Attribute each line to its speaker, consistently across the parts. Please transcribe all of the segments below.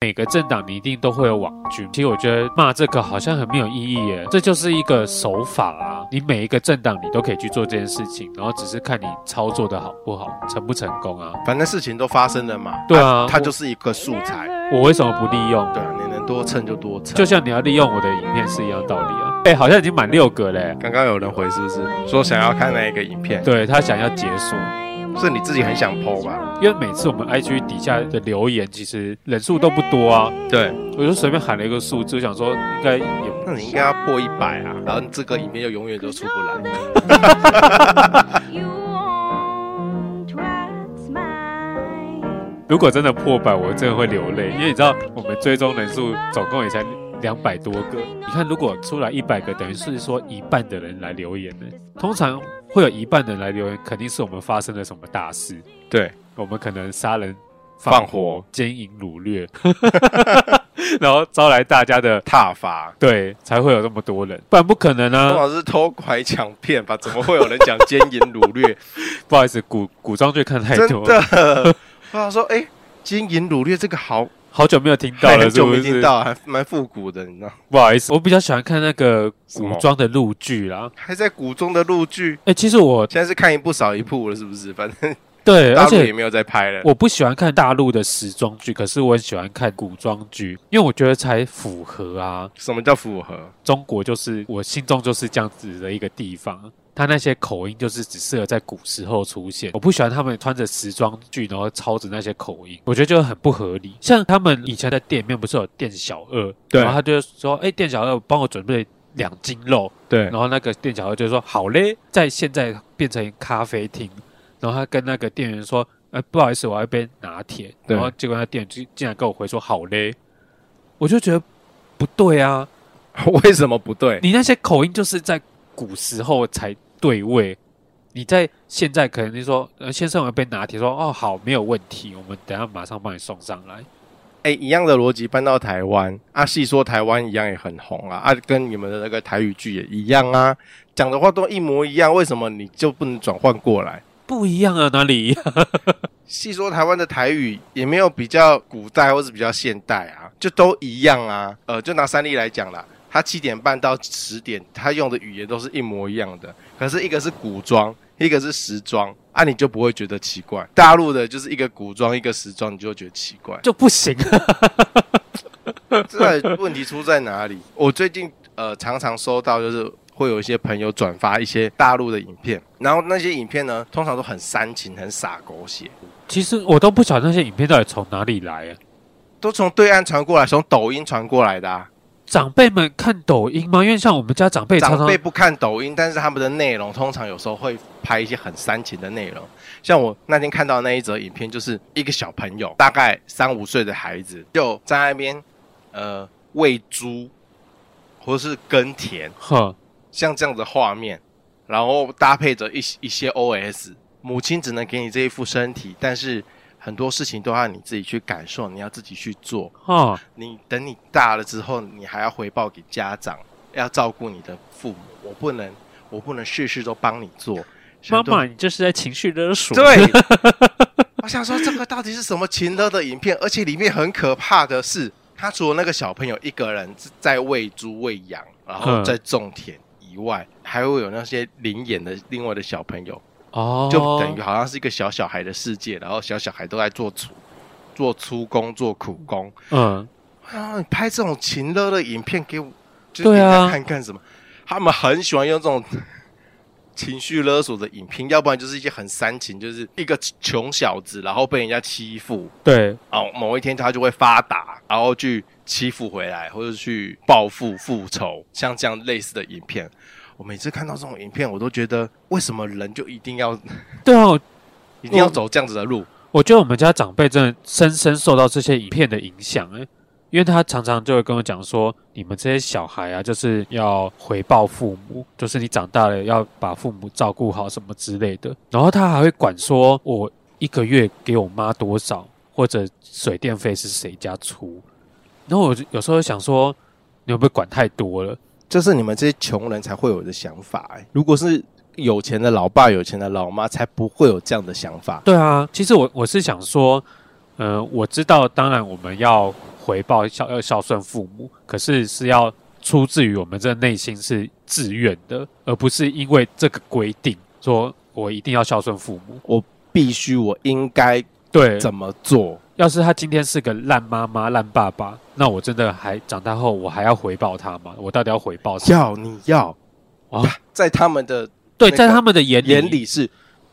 Speaker 1: 每个政党你一定都会有网军，其实我觉得骂这个好像很没有意义耶，这就是一个手法啦。你每一个政党你都可以去做这件事情，然后只是看你操作的好不好，成不成功啊。
Speaker 2: 反正事情都发生了嘛，
Speaker 1: 对啊
Speaker 2: 它它就是一个素材，
Speaker 1: 我为什么不利用？
Speaker 2: 对啊，你能多蹭就多蹭。
Speaker 1: 就像你要利用我的影片是一样道理啊。哎，好像已经满六个嘞。
Speaker 2: 刚刚有人回是不是说想要看那一个影片？
Speaker 1: 对他想要结束，
Speaker 2: 是你自己很想剖吧？
Speaker 1: 因为每次我们 IG 底下的留言其实人数都不多啊，
Speaker 2: 对，
Speaker 1: 我就随便喊了一个数字，我想说应该也
Speaker 2: 那你应该要破一百啊，然后这个影片就永远都出不来。
Speaker 3: You won't wax mine.
Speaker 1: 如果真的破百，我真的会流泪，因为你知道我们追踪人数总共也才两百多个。你看，如果出来一百个，等于是说一半的人来留言呢。通常会有一半的人来留言，肯定是我们发生了什么大事，
Speaker 2: 对，
Speaker 1: 我们可能杀人、
Speaker 2: 放火、
Speaker 1: 奸淫、掳 掠，然后招来大家的
Speaker 2: 踏伐，
Speaker 1: 对，才会有这么多人，不然不可能
Speaker 2: 通
Speaker 1: 啊。
Speaker 2: 常是偷拐抢骗吧？怎么会有人讲奸淫掳掠？
Speaker 1: 不好意思，古古装剧 看太
Speaker 2: 真
Speaker 1: 多，
Speaker 2: 的，我想说，哎、奸淫掳掠这个好，
Speaker 1: 好久没有听到
Speaker 2: 还
Speaker 1: 了，
Speaker 2: 很
Speaker 1: 是
Speaker 2: 久
Speaker 1: 不
Speaker 2: 没
Speaker 1: 是？
Speaker 2: 听到，还蛮复古的，你知道？
Speaker 1: 不好意思，我比较喜欢看那个
Speaker 2: 什
Speaker 1: 古
Speaker 2: 么
Speaker 1: 装的陆剧啦。
Speaker 2: 还在古中的陆剧，
Speaker 1: 哎、其实我
Speaker 2: 现在是看一部少一部了，是不是？反正
Speaker 1: 对，而
Speaker 2: 大陆
Speaker 1: 且
Speaker 2: 也没有在拍了。
Speaker 1: 我不喜欢看大陆的时装剧，可是我很喜欢看古装剧，因为我觉得才符合啊。
Speaker 2: 什么叫符合？
Speaker 1: 中国就是我心中就是这样子的一个地方，它那些口音就是只适合在古时候出现。我不喜欢他们穿着时装剧，然后操着那些口音，我觉得就很不合理。像他们以前在店里面不是有店小二，
Speaker 2: 对
Speaker 1: 然后他就说：“哎、店小二，帮我准备两斤肉。”
Speaker 2: 对，
Speaker 1: 然后那个店小二就说：“好嘞。”在现在变成咖啡厅，然后他跟那个店员说：“呃，不好意思，我要一杯拿铁。”
Speaker 2: 对
Speaker 1: 然后结果那店员就竟然跟我回说：“好嘞。”我就觉得不对啊，
Speaker 2: 为什么不对？
Speaker 1: 你那些口音就是在古时候才对味，你在现在可能就说：“呃，先生，我要一杯拿铁。”说：“哦，好，没有问题，我们等一下马上帮你送上来。
Speaker 2: 哎、一样的逻辑搬到台湾啊，细说台湾一样也很红啊，啊，跟你们的那个台语剧也一样啊，讲的话都一模一样，为什么你就不能转换过来？”
Speaker 1: 不一样啊，哪里 一样？
Speaker 2: 细说台湾的台语也没有比较古代或是比较现代啊，就都一样啊。呃，就拿三立来讲啦，他七点半到十点，他用的语言都是一模一样的，可是一个是古装，一个是时装，啊，你就不会觉得奇怪。大陆的就是一个古装，一个时装，你就会觉得奇怪。
Speaker 1: 就不行啊！
Speaker 2: 这问题出在哪里？我最近呃常常收到，就是会有一些朋友转发一些大陆的影片，然后那些影片呢，通常都很煽情、很洒狗血，
Speaker 1: 其实我都不晓得那些影片到底从哪里来、啊。
Speaker 2: 都从对岸传过来，从抖音传过来的、啊。
Speaker 1: 长辈们看抖音吗？因为像我们家长辈常
Speaker 2: 长
Speaker 1: 常
Speaker 2: 辈不看抖音，但是他们的内容通常有时候会拍一些很煽情的内容。像我那天看到那一则影片，就是一个小朋友，大概三五岁的孩子，就在那边呃喂猪，或是耕田，
Speaker 1: 哼，
Speaker 2: 像这样的画面，然后搭配着一一些 OS，母亲只能给你这一副身体，但是很多事情都要你自己去感受，你要自己去做。
Speaker 1: 哈，
Speaker 2: 你等你大了之后，你还要回报给家长，要照顾你的父母。我不能，我不能事事都帮你做。
Speaker 1: 妈
Speaker 2: 很多
Speaker 1: 妈，你这是在情绪勒索。，
Speaker 2: 对， 我想说这个到底是什么情勒的影片？而且里面很可怕的是，他除了那个小朋友一个人是在喂猪、喂羊，然后
Speaker 1: 嗯
Speaker 2: 在种田以外，还会有那些灵眼的另外的小朋友，
Speaker 1: 哦，
Speaker 2: 就等于啊好像是一个小小孩的世界，然后小小孩都在做粗做粗工、做苦工。
Speaker 1: 嗯，
Speaker 2: 啊，你拍这种情勒的影片给我，就是
Speaker 1: 对啊
Speaker 2: 给他看干什么？他们很喜欢用这种情绪勒索的影片，要不然就是一些很煽情，就是一个穷小子，然后被人家欺负，
Speaker 1: 对，
Speaker 2: 哦，某一天他就会发达，然后去欺负回来，或者去报复复仇，像这样类似的影片。我每次看到这种影片，我都觉得为什么人就一定要
Speaker 1: 对啊，我
Speaker 2: 一定要走这样子的路？
Speaker 1: 我觉得我们家长辈真的深深受到这些影片的影响，哎，因为他常常就会跟我讲说，你们这些小孩啊，就是要回报父母，就是你长大了要把父母照顾好什么之类的，然后他还会管说我一个月给我妈多少，或者水电费是谁家出，然后我就有时候想说，你会不会管太多了？
Speaker 2: 这是你们这些穷人才会有的想法、欸。如果是有钱的老爸、有钱的老妈，才不会有这样的想法。
Speaker 1: 对啊，其实我我是想说，呃，我知道，当然我们要回报孝要孝顺父母，可是是要出自于我们这内心是自愿的，而不是因为这个规定说我一定要孝顺父母。
Speaker 2: 我必须，我应该
Speaker 1: 对，
Speaker 2: 怎么做？
Speaker 1: 要是他今天是个烂妈妈、烂爸爸，那我真的还长大后我还要回报他吗？我到底要回报什么？
Speaker 2: 要你要
Speaker 1: 啊
Speaker 2: 在他们的
Speaker 1: 对，
Speaker 2: 那
Speaker 1: 在
Speaker 2: 个
Speaker 1: 他们的眼里，
Speaker 2: 眼里是，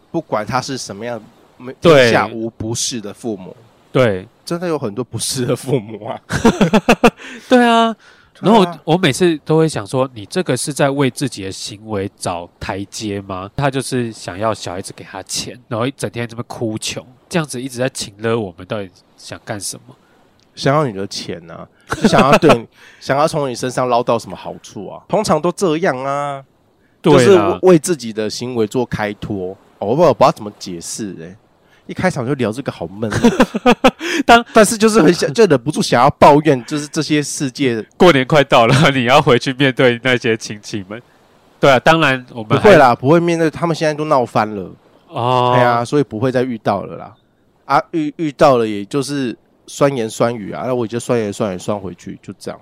Speaker 2: 不管他是什么样，没
Speaker 1: 对
Speaker 2: 天下无不是的父母，
Speaker 1: 对
Speaker 2: 真的有很多不是的父母啊。
Speaker 1: 对啊， 然后我
Speaker 2: 对啊
Speaker 1: 我每次都会想说，你这个是在为自己的行为找台阶吗？他就是想要小孩子给他钱，然后一整天这么哭穷，这样子一直在请了我们，到底想干什么？
Speaker 2: 想要你的钱呢、啊，就想要对你， 想要从你身上捞到什么好处啊？通常都这样啊，就
Speaker 1: 对啊
Speaker 2: 是
Speaker 1: 啦，
Speaker 2: 为自己的行为做开脱。哦我不知道，我不知道怎么解释哎、一开场就聊这个好闷啊、
Speaker 1: 当
Speaker 2: 但是就是很想，就忍不住想要抱怨，就是这些世界
Speaker 1: 过年快到了，你要回去面对那些亲戚们。对啊，当然我
Speaker 2: 不
Speaker 1: 们
Speaker 2: 会啦，不会面对他们现在都闹翻了，
Speaker 1: 还哦，
Speaker 2: 哎呀、，所以不会再遇到了啦。啊，遇遇到了，也就是酸言酸语啊，那我就酸言酸语酸回去，就这样。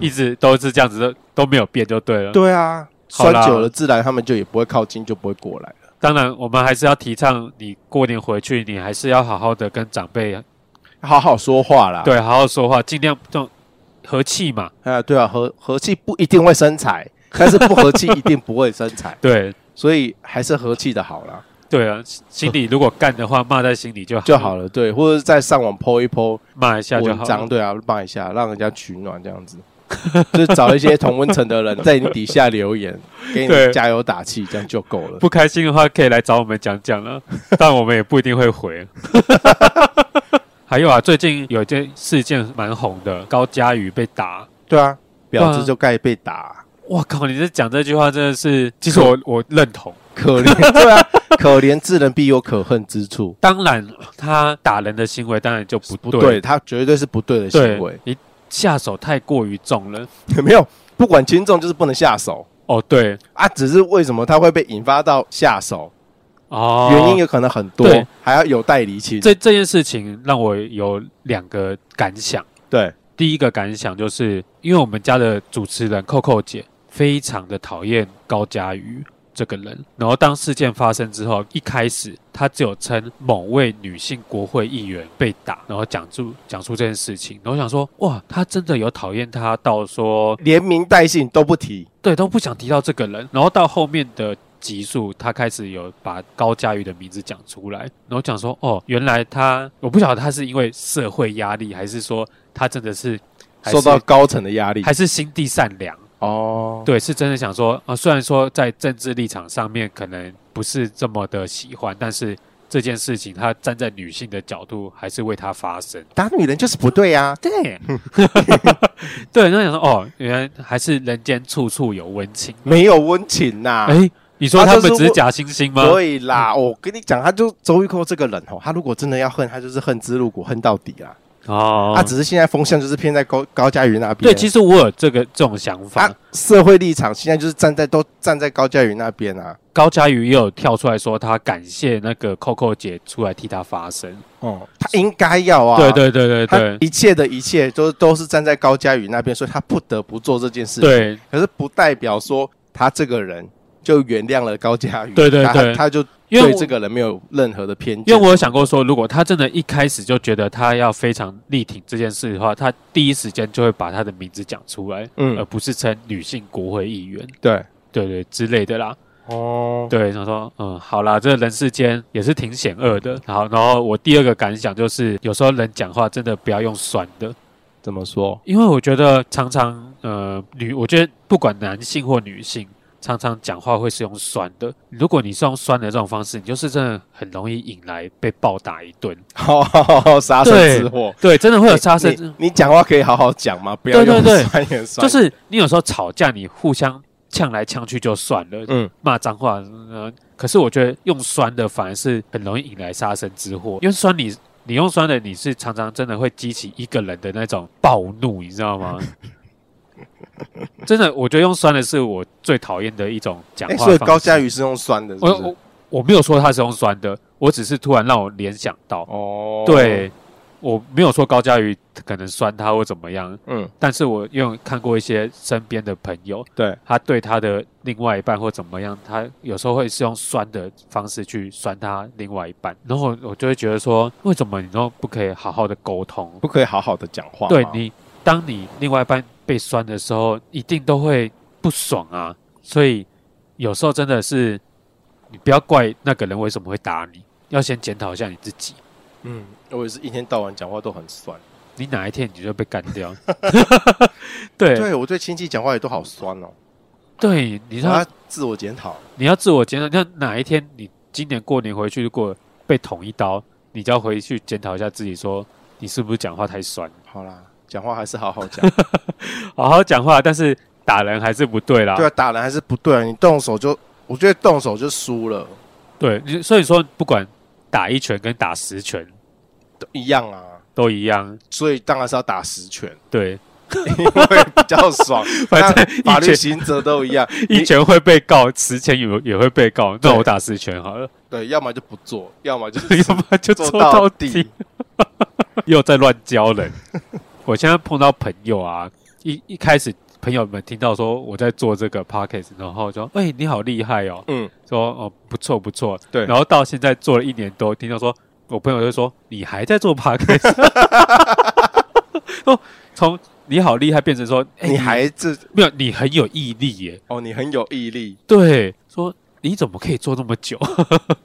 Speaker 1: 一直都是这样子的，都没有变就对了。
Speaker 2: 对啊，
Speaker 1: 好
Speaker 2: 酸
Speaker 1: 啦
Speaker 2: 久了，自然他们就也不会靠近，就不会过来了。
Speaker 1: 当然，我们还是要提倡你过年回去，你还是要好好的跟长辈
Speaker 2: 好好说话啦。
Speaker 1: 对好好说话，尽量这种和气嘛。，
Speaker 2: 啊，对啊，和和气不一定会生财，但是不和气一定不会生财
Speaker 1: 对
Speaker 2: 所以还是和气的好啦，
Speaker 1: 对啊，心心里如果干的话，骂在心里就好
Speaker 2: 就好了。对，或者在上网 PO 一 PO
Speaker 1: 骂一下就
Speaker 2: 文
Speaker 1: 好
Speaker 2: 章，
Speaker 1: 了。
Speaker 2: 对啊，骂一下，让人家取暖这样子。就是找一些同温层的人在你底下留言，给
Speaker 1: 对
Speaker 2: 你加油打气，这样就够了。
Speaker 1: 不开心的话可以来找我们讲讲 了，但我们也不一定会回。 还有啊，最近有一件事件蛮红的，高佳宇被打。
Speaker 2: 对啊，
Speaker 1: 啊
Speaker 2: 婊子就该被打，
Speaker 1: 哇靠！你这讲这句话真的是，其实我我认同。
Speaker 2: 可怜对啊，可怜之人必有可恨之处，
Speaker 1: 当然，他打人的行为当然就不
Speaker 2: 不对，他绝对是不对的行为
Speaker 1: 对，，你下手太过于重了。
Speaker 2: 没有不管轻重就是不能下手。
Speaker 1: 哦，对，
Speaker 2: 啊，只是为什么它会被引发到下手，
Speaker 1: 哦，
Speaker 2: 原因有可能很多
Speaker 1: 对，
Speaker 2: 还要有待厘清。
Speaker 1: 这这件事情让我有两个感想。
Speaker 2: 对，
Speaker 1: 第一个感想就是，因为我们家的主持人扣扣姐非常的讨厌高佳瑜这个人，然后当事件发生之后，一开始她只有称某位女性国会议员被打，然后讲出讲出这件事情，然后我想说，哇，她真的有讨厌她到说
Speaker 2: 连名带姓都不提，
Speaker 1: 对，都不想提到这个人。然后到后面的集数，他开始有把高佳瑜的名字讲出来，然后讲说，哦，原来他，我不晓得他是因为社会压力，还是说他真的是还是
Speaker 2: 受到高层的压力。
Speaker 1: 还是心地善良，
Speaker 2: 哦，
Speaker 1: 对，是真的想说啊，虽然说在政治立场上面可能不是这么的喜欢，但是。这件事情，他站在女性的角度，还是为她发声。
Speaker 2: 打女人就是不对啊。
Speaker 1: 对， 对，那想说，哦，原来还是人间处处有温情。
Speaker 2: 没有温情呐、
Speaker 1: 哎、你说
Speaker 2: 他
Speaker 1: 他
Speaker 2: 就
Speaker 1: 们
Speaker 2: 是
Speaker 1: 只是
Speaker 2: 为
Speaker 1: 假惺惺吗？
Speaker 2: 对啦，我跟你讲，他就周玉蔻这个人哦，他如果真的要恨，他就是恨之入骨，恨到底啦。
Speaker 1: 哦，
Speaker 2: 啊他只是现在风向就是偏在高高佳瑜那边。
Speaker 1: 对，其实我有这个这种想法。
Speaker 2: 啊，社会立场现在就是站在都站在高佳瑜那边啊。
Speaker 1: 高佳瑜也有跳出来说，他感谢那个扣扣姐出来替他发声。
Speaker 2: 哦，他应该要啊。
Speaker 1: 对对对对
Speaker 2: 他
Speaker 1: 对
Speaker 2: 一切的一切都都是站在高佳宇那边，所以他不得不做这件事。，
Speaker 1: 对
Speaker 2: 可是不代表说他这个人就原谅了高佳宇。
Speaker 1: 对对
Speaker 2: 他
Speaker 1: 对
Speaker 2: 他就
Speaker 1: 因为
Speaker 2: 对
Speaker 1: 我
Speaker 2: 这个人没有任何的偏
Speaker 1: 因为
Speaker 2: 见。
Speaker 1: 我有想过说，如果他真的一开始就觉得他要非常力挺这件事的话，他第一时间就会把他的名字讲出来，而
Speaker 2: 嗯，
Speaker 1: 不是称女性国会议员，
Speaker 2: 对，
Speaker 1: 对对之类的啦。
Speaker 2: 哦，
Speaker 1: 对，想说，嗯，好啦，这人世间也是挺险恶的。好，然后我第二个感想就是，有时候人讲话真的不要用酸的，
Speaker 2: 怎么说？
Speaker 1: 因为我觉得常常呃女，我觉得不管男性或女性，常常讲话会是用酸的。如果你是用酸的这种方式，你就是真的很容易引来被暴打一顿。
Speaker 2: 好好好，杀身之祸。哎
Speaker 1: 对，真的会有杀身
Speaker 2: 你
Speaker 1: 之。
Speaker 2: 你讲话可以好好讲吗？不要
Speaker 1: 对对
Speaker 2: 用
Speaker 1: 对
Speaker 2: 酸言酸
Speaker 1: 就
Speaker 2: 语。
Speaker 1: 是你有时候吵架，你互相呛来呛去就算了，
Speaker 2: 嗯，
Speaker 1: 骂脏话、呃，可是我觉得用酸的反而是很容易引来杀身之祸，因为酸你。你用酸的，你是常常真的会激起一个人的那种暴怒，你知道吗？ 真的，我觉得用酸的是我最讨厌的一种讲
Speaker 2: 哎，
Speaker 1: 话、
Speaker 2: 所以高
Speaker 1: 佳
Speaker 2: 佳，宇是用酸的，是不
Speaker 1: 我
Speaker 2: 是？
Speaker 1: 我我没有说他是用酸的，我只是突然让我联想到，
Speaker 2: 哦，
Speaker 1: 对，我没有说高佳瑜可能酸他或怎么样，
Speaker 2: 嗯，
Speaker 1: 但是我因为看过一些身边的朋友，
Speaker 2: 对，
Speaker 1: 他对他的另外一半或怎么样，他有时候会是用酸的方式去酸他另外一半，然后我就会觉得说，为什么你都不可以好好的沟通？
Speaker 2: 不可以好好的讲话吗，
Speaker 1: 对你，当你另外一半被酸的时候，一定都会不爽啊。所以有时候真的是，你不要怪那个人为什么会打你，要先检讨一下你自己。
Speaker 2: 嗯，我也是一天到晚讲话都很酸，
Speaker 1: 你哪一天你就被干掉？对对
Speaker 2: 对我对亲戚讲话也都好酸哦，
Speaker 1: 你
Speaker 2: 你
Speaker 1: 说、
Speaker 2: 要自我检讨，
Speaker 1: 你要自我检讨，那哪一天你今年过年回去如果被捅一刀，你就要回去检讨一下自己说你是不是讲话太酸，
Speaker 2: 好啦，讲话还是好好讲，
Speaker 1: 好好讲话，但是打人还是不对啦。
Speaker 2: 对啊，打人还是不对啊，你动手就，我觉得动手就输了，
Speaker 1: 对，你所以说不管打一拳跟打十拳
Speaker 2: 都一样啊，
Speaker 1: 都一样，
Speaker 2: 所以当然是要打 十拳，
Speaker 1: 对，
Speaker 2: 因为比较爽，
Speaker 1: 反正
Speaker 2: 那法
Speaker 1: 一
Speaker 2: 律
Speaker 1: 拳
Speaker 2: 刑责都一样，
Speaker 1: 一
Speaker 2: 你
Speaker 1: 拳会被告，十拳也也会被告，那
Speaker 2: 对
Speaker 1: 我打十拳好 了，
Speaker 2: 对，要么就不做，要么就
Speaker 1: 要不然就
Speaker 2: 做
Speaker 1: 做到
Speaker 2: 底
Speaker 1: 底，，又在乱教人。 我现在碰到朋友啊，一一开始朋友们听到说我在做这个 p o c k e t 然后就说：“哎、你好厉害哦！”
Speaker 2: 嗯，
Speaker 1: 说：“哦，不错不错。”
Speaker 2: 对
Speaker 1: 然后到现在做了一年多，听到说我朋友就说：“你还在做 p o c k e t 说从你好厉害变成说、哎
Speaker 2: 你还这
Speaker 1: 没有你很有毅力耶。
Speaker 2: 哦，你很有毅力。
Speaker 1: 对，说你怎么可以做那么久？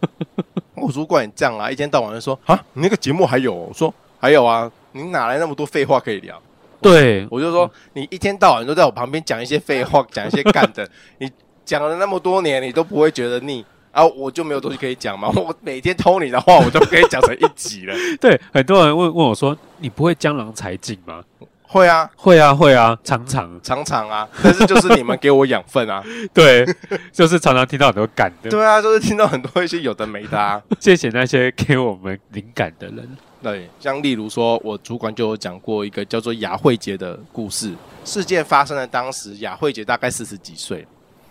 Speaker 2: 我主管也这样啊，一天到晚就说啊，你那个节目还有哦、我说还有啊，你哪来那么多废话可以聊？
Speaker 1: 对，
Speaker 2: 我就说你一天到晚都在我旁边讲一些废话，讲一些干的，你讲了那么多年，你都不会觉得腻啊？我就没有东西可以讲嘛，我每天偷你的话，我都可以讲成一集了。
Speaker 1: 对，很多人问问我说：“你不会江郎才尽吗
Speaker 2: 会啊，？”
Speaker 1: 会啊，会啊，常常
Speaker 2: 常常啊，但是就是你们给我养分啊。
Speaker 1: 对，就是常常听到很多感的。
Speaker 2: 对啊，就是听到很多一些有的没的啊。
Speaker 1: 谢谢那些 给我们灵感的人。
Speaker 2: 对，像例如说，我主管就有讲过一个叫做雅慧姐的故事。事件发生的当时，雅慧姐大概四十几岁。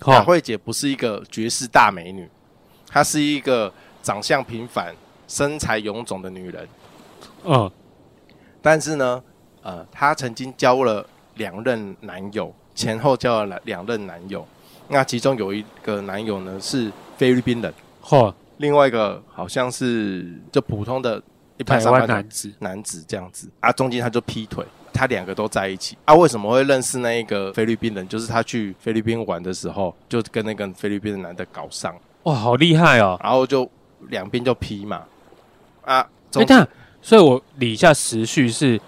Speaker 2: 雅
Speaker 1: 哦，
Speaker 2: 慧姐不是一个绝世大美女，她是一个长相平凡、身材臃肿的女人。
Speaker 1: 嗯，
Speaker 2: 但是呢，呃，她曾经交了两任男友，前后交了两任男友。那其中有一个男友呢是菲律宾人，
Speaker 1: 嚯，
Speaker 2: 另外一个好像是就普通的一般
Speaker 1: 台
Speaker 2: 上班
Speaker 1: 湾
Speaker 2: 族
Speaker 1: 男子，
Speaker 2: 男子这样子啊，中间他就劈腿，他两个都在一起啊。为什么会认识那一个菲律宾人？就是他去菲律宾玩的时候，就跟那个菲律宾的男的搞上，
Speaker 1: 哇，好厉害哦！
Speaker 2: 然后就两边就劈嘛啊。
Speaker 1: 哎，
Speaker 2: 中间
Speaker 1: 但所以我理一下时序是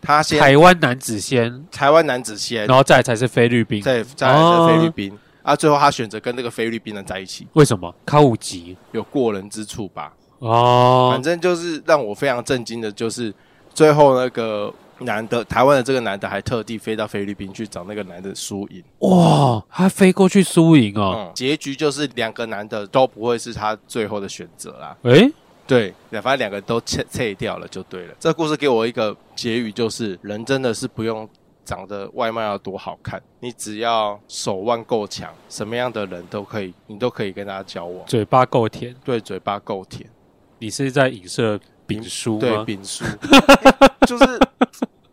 Speaker 2: 他先
Speaker 1: 台哦湾男子先，
Speaker 2: 台湾男子先，
Speaker 1: 然后再来才是菲律宾。
Speaker 2: 再再来
Speaker 1: 哦
Speaker 2: 是菲律宾、啊，最后他选择跟那个菲律宾人在一起，
Speaker 1: 为什么？卡五级
Speaker 2: 有过人之处吧？
Speaker 1: 哦
Speaker 2: 反，正就是让我非常震惊的，就是最后那个男的，台湾的这个男的还特地飞到菲律宾去找那个男的输赢。
Speaker 1: 哇，他飞过去输赢哦。
Speaker 2: 嗯，结局就是两个男的都不会是他最后的选择啦。
Speaker 1: 诶，
Speaker 2: 对，反正两个都切切掉了就对了。这故事给我一个结语，就是人真的是不用长得外貌要多好看，你只要手腕够强，什么样的人都可以，你都可以跟他交往。
Speaker 1: 嘴巴够甜，
Speaker 2: 对，嘴巴够甜，
Speaker 1: 你是在影射丙叔
Speaker 2: 对，
Speaker 1: 吗？
Speaker 2: 丙叔，就是。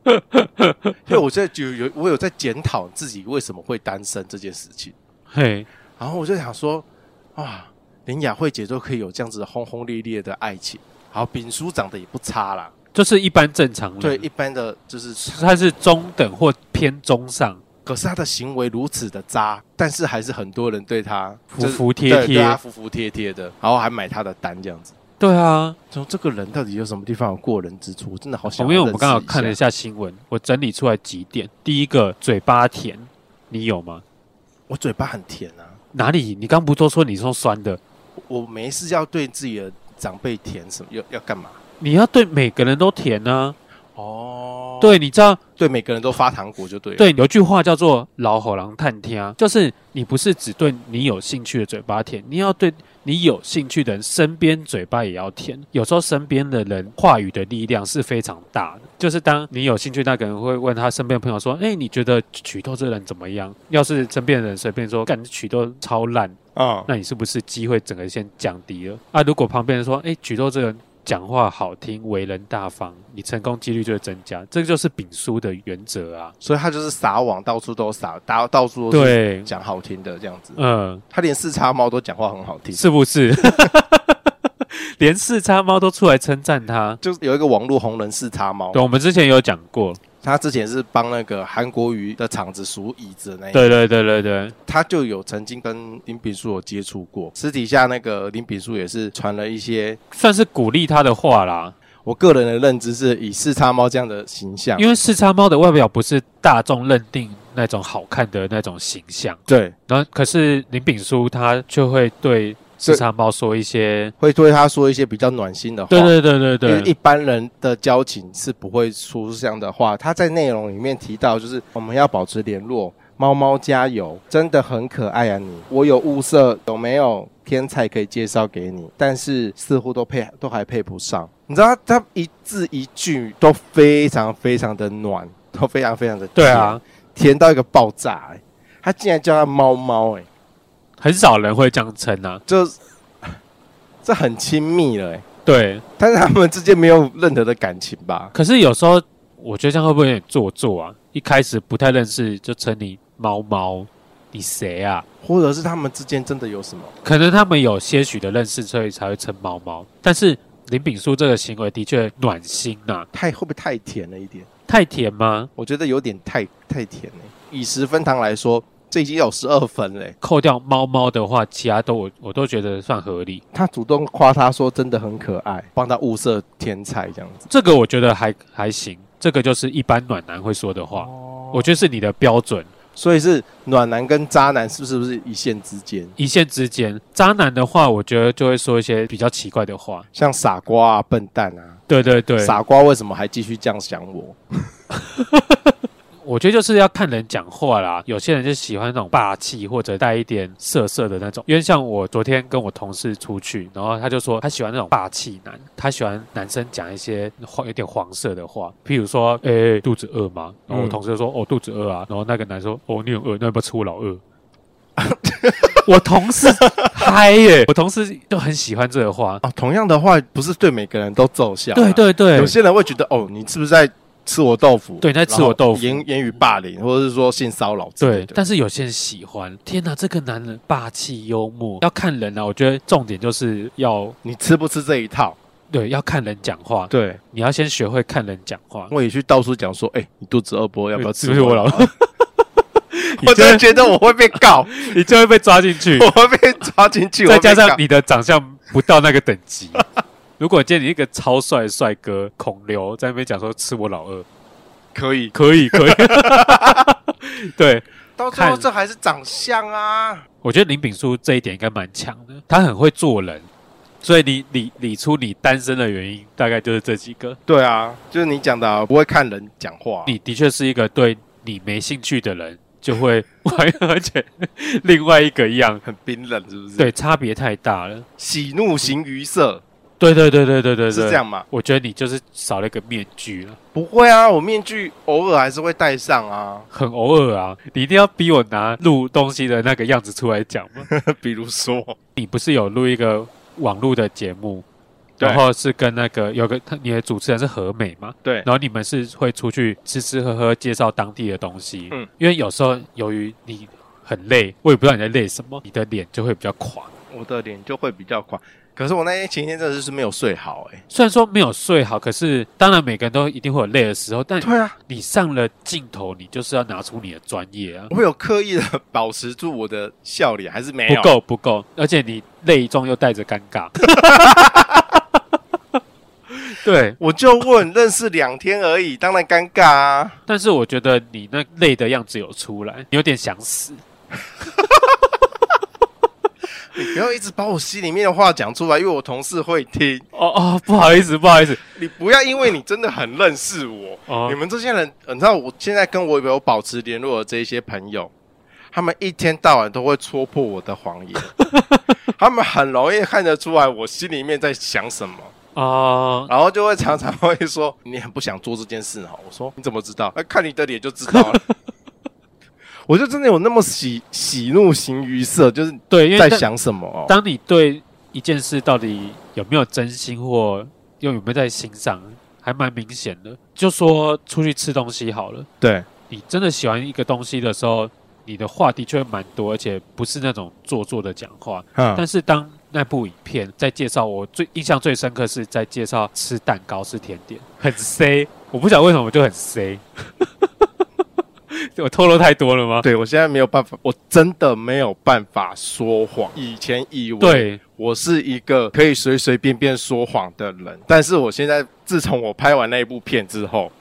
Speaker 2: 因为我在有有我有在检讨自己为什么会单身这件事情，
Speaker 1: 嘿，
Speaker 2: 然后我就想说，啊，连雅慧姐都可以有这样子轰轰烈烈的爱情。好，丙叔长得也不差啦，
Speaker 1: 就是一般正常人，
Speaker 2: 对一般的就是，
Speaker 1: 他是中等或偏中上，
Speaker 2: 可是他的行为如此的渣，但是还是很多人对他
Speaker 1: 服
Speaker 2: 就是
Speaker 1: 服帖
Speaker 2: 对对
Speaker 1: 帖
Speaker 2: 他服服帖帖的，然后还买他的单这样子。
Speaker 1: 对啊，
Speaker 2: 就这个人到底有什么地方有过人之处？我真的好想
Speaker 1: 因
Speaker 2: 要
Speaker 1: 为
Speaker 2: 认识一下。
Speaker 1: 哦我们刚好看了一下新闻，我整理出来几点。第一个，嘴巴甜，你有吗？
Speaker 2: 我嘴巴很甜啊，
Speaker 1: 哪里？你刚不都说你说酸的？
Speaker 2: 我没事要对自己的长辈甜什么，要要干嘛？
Speaker 1: 你要对每个人都甜呢、
Speaker 2: 哦对
Speaker 1: 对，你知道，
Speaker 2: 对，每个人都发糖果就对了。
Speaker 1: 对，有句话叫做“老火狼探听”，就是你不是只对你有兴趣的嘴巴甜，你要对你有兴趣的人身边嘴巴也要甜。有时候身边的人话语的力量是非常大的，就是当你有兴趣，那个人会问他身边的朋友说：“哎，你觉得曲豆这个人怎么样？”要是身边的人随便说“干曲豆超烂”，
Speaker 2: 啊，
Speaker 1: 那你是不是机会整个先降低了？啊，如果旁边人说，哎、举豆这个人讲话好听、为人大方，你成功几率就会增加。这就是丙叔的原则啊。
Speaker 2: 所以他就是撒网，到处都撒，到到处都是
Speaker 1: 对，
Speaker 2: 讲好听的这样子。
Speaker 1: 嗯，
Speaker 2: 他连四叉猫都讲话很好听，
Speaker 1: 是不是？ 连四叉猫都出来称赞他。
Speaker 2: 就是有一个网络红人四叉猫
Speaker 1: 对，，我们之前有讲过。
Speaker 2: 他之前是帮那个韩国瑜的厂子数椅子的那一个，
Speaker 1: 对对对对对，
Speaker 2: 他就有曾经跟林炳书有接触过，私底下那个林炳书也是传了一些，
Speaker 1: 算是鼓励他的话啦。
Speaker 2: 我个人的认知是以四叉猫这样的形象，
Speaker 1: 因为四叉猫的外表不是大众认定那种好看的那种形象，
Speaker 2: 对
Speaker 1: 然后可是林炳书他就会对四叉猫说一些，
Speaker 2: 会对他说一些比较暖心的话，
Speaker 1: 对对对
Speaker 2: 哦因
Speaker 1: 对
Speaker 2: 为一
Speaker 1: 对，
Speaker 2: 般人的交情是不会说这样的话。他在内容里面提到，就是我们要保持联络，猫猫加油，真的很可爱啊你！我有物色，有没有天才可以介绍给你？但是似乎都配都还配不上。你知道他他一字一句都非常非常的暖，都非常非常的
Speaker 1: 对啊，
Speaker 2: 甜，甜到一个爆炸、欸。他竟然叫他猫猫，哎，
Speaker 1: 很少人会这样称啊。
Speaker 2: 就 这很亲密了、欸，哎。
Speaker 1: 对，
Speaker 2: 但是他们之间没有任何的感情吧？
Speaker 1: 可是有时候我觉得这样会不会有点做作啊？一开始不太认识就称你猫猫，你谁啊？
Speaker 2: 或者是他们之间真的有什么？
Speaker 1: 可能他们有些许的认识，所以才会称猫猫。但是林炳书这个行为的确暖心呐、
Speaker 2: 太会不会太甜了一点？
Speaker 1: 太甜吗？
Speaker 2: 我觉得有点太太甜了。以十分糖来说，这已经有十二分嘞。
Speaker 1: 扣掉猫猫的话，其他都我我都觉得算合理。
Speaker 2: 他主动夸他说真的很可爱，帮他物色天才这样子。
Speaker 1: 这个我觉得还还行，这个就是一般暖男会说的话，我觉得是你的标准
Speaker 2: 所以是暖男跟渣男是不是是不是一线之间？
Speaker 1: 一线之间。渣男的话，我觉得就会说一些比较奇怪的话。
Speaker 2: 像傻瓜啊、笨蛋啊，
Speaker 1: 对对对，
Speaker 2: 傻瓜为什么还继续这样想我？
Speaker 1: 我觉得就是要看人讲话啦，有些人就喜欢那种霸气或者带一点色色的那种。因为像我昨天跟我同事出去，然后他就说他喜欢那种霸气男，他喜欢男生讲一些黄有点黄色的话，譬如说，哎、肚子饿吗？然后我同事就说，哦，肚子饿啊。然后那个男说，哦，你很饿，那要不要吃我老 二？我同事嗨耶、我同事就很喜欢这个话。
Speaker 2: 啊，同样的话不是对每个人都奏效啊、
Speaker 1: 对对对
Speaker 2: 有，些人会觉得哦，你是不是在吃我豆腐？
Speaker 1: 对你在吃我豆腐
Speaker 2: 然后言言语霸凌，或者是说性骚扰之类
Speaker 1: 对
Speaker 2: 的。，
Speaker 1: 但是有些人喜欢。天哪，这个男人霸气幽默，要看人啊。我觉得重点就是要
Speaker 2: 你吃不吃这一套？
Speaker 1: 对，要看人讲话。
Speaker 2: 对，
Speaker 1: 你要先学会看人讲话。
Speaker 2: 我也去到处讲说，哎、你肚子饿不饿？要不要吃？
Speaker 1: 是不是我老？
Speaker 2: 我
Speaker 1: 你就
Speaker 2: 真的
Speaker 1: 会
Speaker 2: 觉得我会被告，
Speaker 1: 你就会被抓进去，
Speaker 2: 我会被抓进去。
Speaker 1: 再加
Speaker 2: 我
Speaker 1: 上
Speaker 2: 会被
Speaker 1: 你的长相不到那个等 级。如果今天你一个超帅的帅哥孔刘在那边讲说吃我老二，
Speaker 2: 告可以，
Speaker 1: 可以 可以，对
Speaker 2: 到最后
Speaker 1: 看
Speaker 2: 这还是长相啊。
Speaker 1: 我觉得林炳书这一点应该蛮强的，他很会做人，所以你理理出你单身的原因大概就是这几个。
Speaker 2: 对啊，就是你讲的、啊，不会看人讲话。啊
Speaker 1: 你的确是一个对你没兴趣的人，就会 完而且另外一个一样，
Speaker 2: 很冰冷，是不是？，
Speaker 1: 对，差别太大了。
Speaker 2: 喜怒形于色
Speaker 1: 对对对对对对对，
Speaker 2: 是这样。吗？
Speaker 1: 我觉得你就是少了一个面具了，
Speaker 2: 不会啊，我面具偶尔还是会戴 上啊。
Speaker 1: 很偶尔啊，你一定要逼我拿录东西的那个样子出来讲 吗？
Speaker 2: 比如说，
Speaker 1: 你不是有录一个网络的节目，
Speaker 2: 对
Speaker 1: 然后是跟那个有个他你的主持人是何美吗？
Speaker 2: 对
Speaker 1: 然后你们是会出去吃吃喝喝，介绍当地的东西。
Speaker 2: 嗯
Speaker 1: 嗯，因为有时候由于你很累，我也不知道你在累什么，你的脸就会比较垮。
Speaker 2: 我的脸就会比较垮。可是我那天前天真的是没有睡好、欸，
Speaker 1: 虽然说没有睡好，可是当然每个人都一定会有累的时候，但
Speaker 2: 对啊，
Speaker 1: 你上了镜头，你就是要拿出你的专业啊，
Speaker 2: 我有刻意的保持住我的笑脸，还是没
Speaker 1: 不
Speaker 2: 有？
Speaker 1: 够不够，而且你累中又带着尴尬。 对，
Speaker 2: 我就问，认识两天而已，当然尴尬啊。
Speaker 1: 但是我觉得你那累的样子有出来，你有点想死。
Speaker 2: 你不要一直把我心里面的话讲出来，因为我同事会听。
Speaker 1: 哦哦，不好意思，不好意思，
Speaker 2: 你不要因为你真的很认识我，
Speaker 1: 哦
Speaker 2: 你们这些人，你知道我现在跟我有保持联络的这一些朋 友，他们一天到晚都会戳破我的谎 言，他们很容易看得出来我心里面在想什么，
Speaker 1: 哦，
Speaker 2: 然后就会常常会说你很不想做这件事哈。我说你怎么知道？那看你的脸就知道了。 我就真的有那么喜喜怒形于色，就是
Speaker 1: 对，因为
Speaker 2: 在
Speaker 1: 那
Speaker 2: 想什么、哦。
Speaker 1: 当你对一件事到底有没有真心或又有没有在心上，还蛮明显的。就说出去吃东西好了，
Speaker 2: 对，
Speaker 1: 你真的喜欢一个东西的时候，你的话的确蛮多，而且不是那种做作的讲话。
Speaker 2: 嗯，
Speaker 1: 但是当那部影片在介绍，我最印象最深刻是在介绍吃蛋糕吃甜点， 很 C，我不晓得为什么我就很 C，我透露太多了吗？
Speaker 2: 对我现在没有办法，我真的没有办法说谎。以前以为
Speaker 1: 对
Speaker 2: 我是一个可以随随便便说谎的人，但是我现在自从我拍完那一部片之后，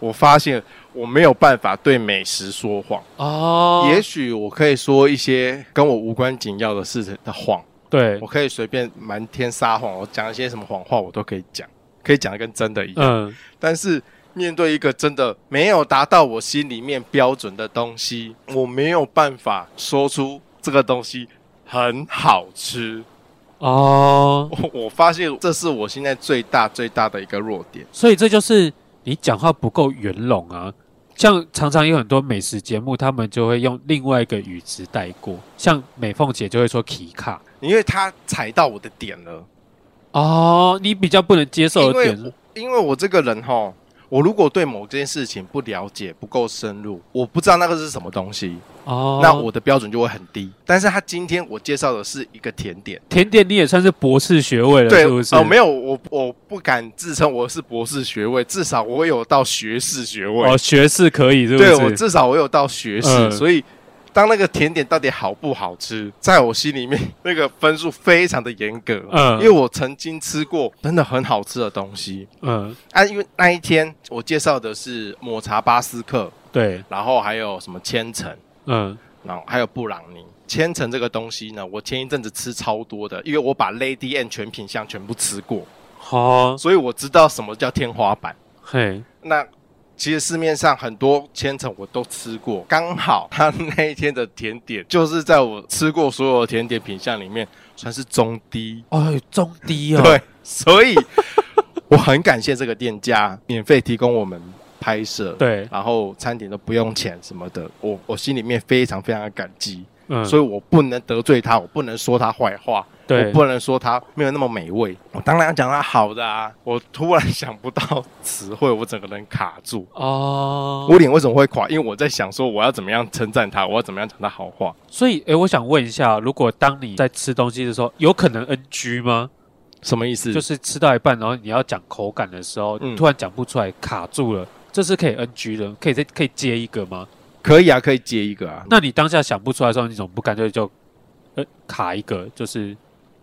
Speaker 2: 我发现我没有办法对美食说谎。
Speaker 1: 哦，
Speaker 2: 也许我可以说一些跟我无关紧要的事情的谎，
Speaker 1: 对
Speaker 2: 我，可以随便瞒天撒谎，我讲一些什么谎话我都可以讲，可以讲的跟真的一样。
Speaker 1: 嗯，
Speaker 2: 但是面对一个真的没有达到我心里面标准的东西，我没有办法说出这个东西很好吃。
Speaker 1: 哦，
Speaker 2: 我我发现这是我现在最大最大的一个弱点。
Speaker 1: 所以这就是你讲话不够圆融啊。像常常有很多美食节目，他们就会用另外一个语词带过，像美凤姐就会说“皮卡
Speaker 2: 因为他踩到我的点了，”
Speaker 1: 哦，你比较不能接受
Speaker 2: 因
Speaker 1: 的
Speaker 2: 为
Speaker 1: 点
Speaker 2: 我因为我这个人哈，我如果对某件事情不了解、不够深入，我不知道那个是什么东西，
Speaker 1: 哦。
Speaker 2: 那我的标准就会很低。但是他今天我介绍的是一个甜点，
Speaker 1: 甜点你也算是博士学位了，
Speaker 2: 对
Speaker 1: 是不是？
Speaker 2: 哦，没有，我我不敢自称我是博士学位，至少我有到学士学位。
Speaker 1: 哦，学士可以，是不是？
Speaker 2: 对我至少我有到学士，
Speaker 1: 嗯
Speaker 2: 所以当那个甜点到底好不好吃，在我心里面那个分数非常的严格。
Speaker 1: 嗯
Speaker 2: 因为我曾经吃过真的很好吃的东西
Speaker 1: 嗯，
Speaker 2: 啊，因为那一天我介绍的是抹茶巴斯克，
Speaker 1: 对，
Speaker 2: 然后还有什么千层，
Speaker 1: 嗯，
Speaker 2: 然后还有布朗尼。千层这个东西呢，我前一阵子吃超多的，因为我把 Lady N 全品相全部吃过。
Speaker 1: 好、
Speaker 2: 所以我知道什么叫天花板。
Speaker 1: 嘿，
Speaker 2: 那其实市面上很多千层我都吃过，刚好他那一天的甜点就是在我吃过所有的甜点品相里面算是中低。
Speaker 1: 哦，中低哦，
Speaker 2: 对，，所以我很感谢这个店家免费提供我们拍摄，，
Speaker 1: 对，
Speaker 2: 然后餐点都不用钱什么的，我我心里面非常非常的感激，
Speaker 1: 嗯，
Speaker 2: 所
Speaker 1: 以
Speaker 2: 以我不能得罪他，我不能说他坏话，
Speaker 1: 对
Speaker 2: 我不能说它没有那么美味，我当然要讲它好的啊。我突然想不到词汇，我整个人卡住。
Speaker 1: 哦，
Speaker 2: 我脸为什么会垮？因为我在想说我要怎么样称赞它，我要怎么样讲它好话。
Speaker 1: 所以，诶，我想问一下，如果当你在吃东西的时候，有可能 NG 吗？
Speaker 2: 什么意思？
Speaker 1: 就是是吃到一半，然后你要讲口感的时候，
Speaker 2: 嗯
Speaker 1: 突然讲不出来，卡住了。这是可以 NG 的，可以再可以接一个吗？
Speaker 2: 可以啊，可以接一个啊。
Speaker 1: 那你当下想不出来的时候，你怎么不干脆就，呃，卡一个？就是、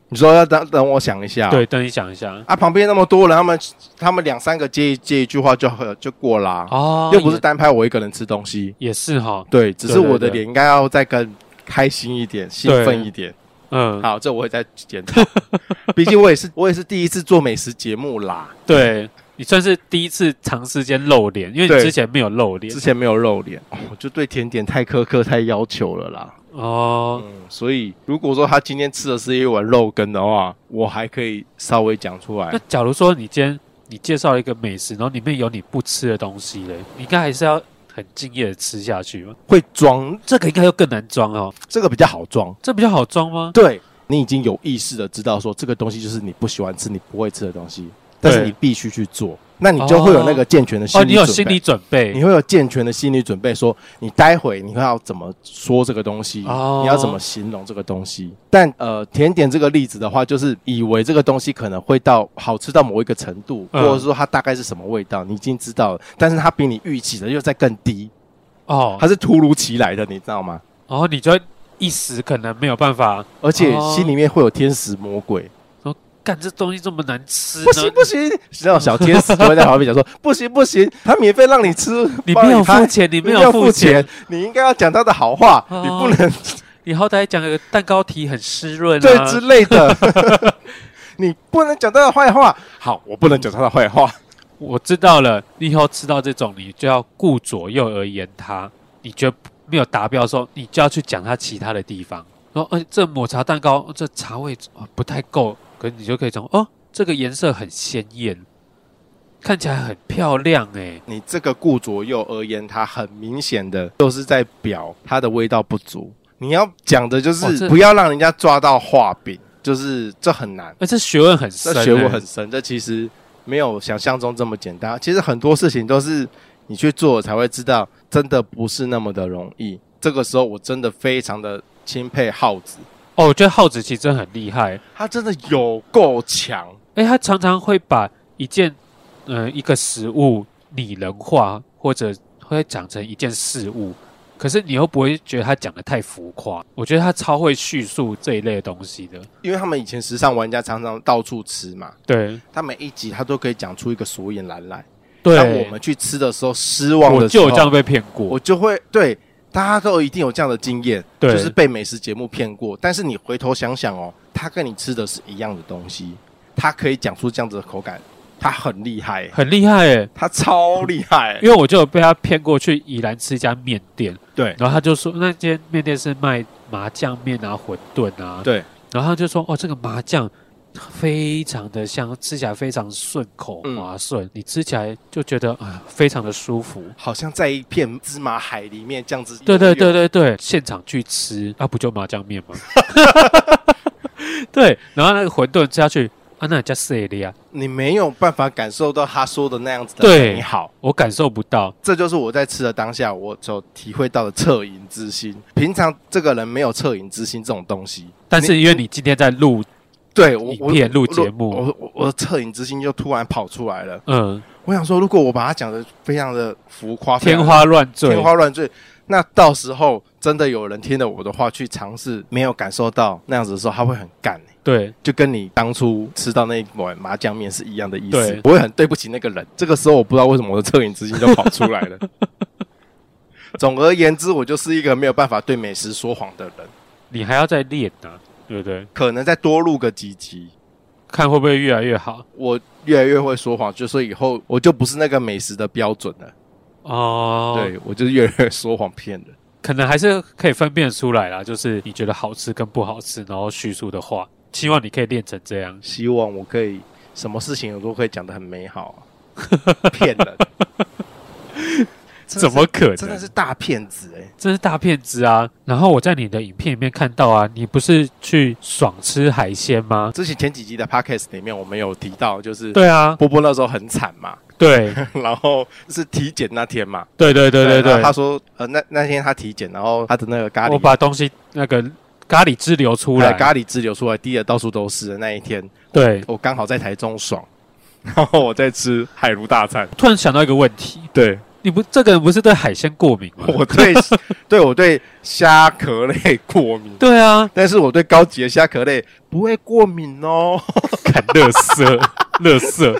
Speaker 2: 你说要等等我想一下。
Speaker 1: 对，等你想一下。
Speaker 2: 啊，旁边那么多人，他们他们两三个接一接一句话就很就过啦、
Speaker 1: 哦，
Speaker 2: 又不是
Speaker 1: 也
Speaker 2: 单拍我一个人吃东西。
Speaker 1: 也是哈，
Speaker 2: 对，只是
Speaker 1: 对对
Speaker 2: 我的
Speaker 1: 对
Speaker 2: 脸应该要再更开心一点，兴奋一点。
Speaker 1: 嗯，
Speaker 2: 好，这我会再检讨。 毕竟我也是我也是第一次做美食节目啦。
Speaker 1: 对你算是第一次长时间露脸，因为你
Speaker 2: 对
Speaker 1: 之前没有露脸
Speaker 2: 之前没有露脸，哦我就对甜点太苛刻、太要求了啦。
Speaker 1: 哦。
Speaker 2: 嗯，所以如果说他今天吃的是一碗肉羹的话，我还可以稍微讲出
Speaker 1: 那
Speaker 2: 来。
Speaker 1: 假如说你今天你介绍了一个美食，然后里面有你不吃的东西嘞，你应该还是要很敬业的吃下去嘛。
Speaker 2: 会装
Speaker 1: 这个应该又更难装哦，
Speaker 2: 这个比较好装，
Speaker 1: 这比较好装吗？
Speaker 2: 对你已经有意识的知道说这个东西就是你不喜欢吃、你不会吃的东西，但是
Speaker 1: 对
Speaker 2: 你必须去做，那你就会有那个健全的心
Speaker 1: 哦，
Speaker 2: 理
Speaker 1: 你有
Speaker 2: 准
Speaker 1: 心
Speaker 2: 备
Speaker 1: 理准备
Speaker 2: 你会有健全的心理准备，说你待会你会要怎么说这个东西，
Speaker 1: 哦
Speaker 2: 你要怎么形容这个东西。但呃，甜点这个例子的话，就是以为这个东西可能会到好吃到某一个程度，
Speaker 1: 嗯
Speaker 2: 或者说它大概是什么味道，你已经知道了，但是它比你预期的又在更低，
Speaker 1: 哦，
Speaker 2: 它是突如其来的，你知道吗？
Speaker 1: 然后你就会一时可能没有办法
Speaker 2: 而且
Speaker 1: 哦
Speaker 2: 心里面会有天使魔鬼，
Speaker 1: 干这东西这么难吃，
Speaker 2: 不行不，行，那种小天使就会在旁边讲说不行不行，他免费让你吃，
Speaker 1: 你
Speaker 2: 帮
Speaker 1: 没有
Speaker 2: 拍
Speaker 1: 付钱，你
Speaker 2: 你
Speaker 1: 没
Speaker 2: 没
Speaker 1: 有
Speaker 2: 有
Speaker 1: 付
Speaker 2: 付
Speaker 1: 钱
Speaker 2: 钱，，你应该要讲他的好话，
Speaker 1: 哦
Speaker 2: 你不能
Speaker 1: 你好歹讲个蛋糕体很湿润
Speaker 2: 对
Speaker 1: 啊
Speaker 2: 之，类的。 你不能讲他的坏话。好，我不能讲他的坏话。
Speaker 1: 我知道了，你以后吃到这种，你就要顾左右而言他。你觉得没有达标的时候，你就要去讲他其他的地方。然后，哎、这抹茶蛋糕，哦这茶味、哦、不太够，可是你就可以讲，哦，这个颜色很鲜艳，看起来很漂亮，哎，
Speaker 2: 你这个顾左右而言他，很明显的就是在表它的味道不足。你要讲的就
Speaker 1: 哇
Speaker 2: 哦是
Speaker 1: 这
Speaker 2: 不要让人家抓到画饼，就是这很难，
Speaker 1: 哎，这学问很深、
Speaker 2: 这学问
Speaker 1: 哎
Speaker 2: 很深。这其实没有想象中这么简单。其实很多事情都是你去做了才会知道，真的不是那么的容易。这个时候我真的非常的钦佩耗子，
Speaker 1: 哦，我觉得浩子其实真的很厉害，
Speaker 2: 他真的有够强。
Speaker 1: 诶，他常常会把一件，呃，一个食物拟人化，或者会讲成一件事物，可是你又不会觉得他讲的太浮夸。我觉得他超会叙述这一类的东西的。
Speaker 2: 因为他们以前时尚玩家常常到处吃嘛，
Speaker 1: 对
Speaker 2: 他每一集他都可以讲出一个所以然来。当
Speaker 1: 对，
Speaker 2: 我们去吃的时候，失望
Speaker 1: 我
Speaker 2: 的时候，
Speaker 1: 就有这样被骗过
Speaker 2: 我。就会对大家都一定有这样的经验，
Speaker 1: 对
Speaker 2: 就是被美食节目骗过。但是你回头想想哦，他跟你吃的是一样的东西，他可以讲出这样子的口感，他很厉害，
Speaker 1: 很厉害诶，
Speaker 2: 他超厉害
Speaker 1: 因。为我就有被他骗过去宜兰吃一家面店，
Speaker 2: 对
Speaker 1: 然后他就说那间面店是卖麻酱面啊、馄饨啊，
Speaker 2: 对，
Speaker 1: 然后他就说哦，这个麻酱非常的香，吃起来非常顺口
Speaker 2: 嗯
Speaker 1: 滑顺，你吃起来就觉得啊、非常的舒服。
Speaker 2: 好像在一片芝麻海里面这样子。
Speaker 1: 对对对，对对，现场去吃啊，不就麻酱 面吗？对，然后那个馄饨吃下去啊，那叫塞利啊，
Speaker 2: 你没有办法感受到他说的那样子的
Speaker 1: 对
Speaker 2: 美好。
Speaker 1: 我感受不到。
Speaker 2: 这就是我在吃的当下，我所体会到的恻隐之心。平常这个人没有恻隐之心这种东西，
Speaker 1: 但是因为你今天在录，
Speaker 2: 对我我
Speaker 1: 影片录
Speaker 2: 我
Speaker 1: 节目
Speaker 2: 我我我的恻隐之心就突然跑出来了。
Speaker 1: 嗯，
Speaker 2: 我想说，如果我把它讲的非常的浮夸、非
Speaker 1: 天
Speaker 2: 常
Speaker 1: 花乱坠
Speaker 2: 啊天，花乱坠，那到时候真的有人听了我的话去尝试，没有感受到那样子的时候，他会很干、
Speaker 1: 对
Speaker 2: 就跟你当初吃到那一碗麻酱面是一样的意思
Speaker 1: 对，
Speaker 2: 我会很对不起那个人。这个时候我不知道为什么我的恻隐之心就跑出来 了。总而言之，我就是一个没有办法对美食说谎的人。
Speaker 1: 你还要再练呢、啊，对不对？
Speaker 2: 可能再多录个几集，
Speaker 1: 看会不会越来越好
Speaker 2: 我越来越会说谎，就说以后我就不是那个美食的标准了。
Speaker 1: 哦。，
Speaker 2: 对我就是越来越说谎骗人。
Speaker 1: 可能还是可以分辨出来啦，就是你觉得好吃跟不好吃，然后叙述的话，希望你可以练成这样。
Speaker 2: 希望我可以什么事情我都可以讲得很美好、 啊，骗人，
Speaker 1: 怎么可能？
Speaker 2: 真的是大骗子哎、
Speaker 1: 真是大骗子啊！然后我在你的影片里面看到啊，你不是去爽吃海鲜吗？
Speaker 2: 之前前几集的 podcast 里面我们有提到，就是
Speaker 1: 对啊，
Speaker 2: 波波那时候很惨嘛，
Speaker 1: 对，
Speaker 2: 然后是体检那天嘛，
Speaker 1: 对对对对
Speaker 2: 然后
Speaker 1: 对
Speaker 2: 他，说呃那那天他体检，然后他的那个咖
Speaker 1: 我
Speaker 2: 喱
Speaker 1: 把东西那个咖喱汁流出
Speaker 2: 还
Speaker 1: 来
Speaker 2: 有，咖喱汁流出来滴的到处都是的那一天，
Speaker 1: 对，
Speaker 2: 我刚好在台中爽， 然后我在吃海如大餐，
Speaker 1: 突然想到一个问题，
Speaker 2: 对
Speaker 1: 你不这个人不是对海鲜过敏吗？
Speaker 2: 我对 对我对虾壳类过敏。
Speaker 1: 对啊，
Speaker 2: 但是我对高级的虾壳类不会过敏哦。
Speaker 1: 看乐色，乐色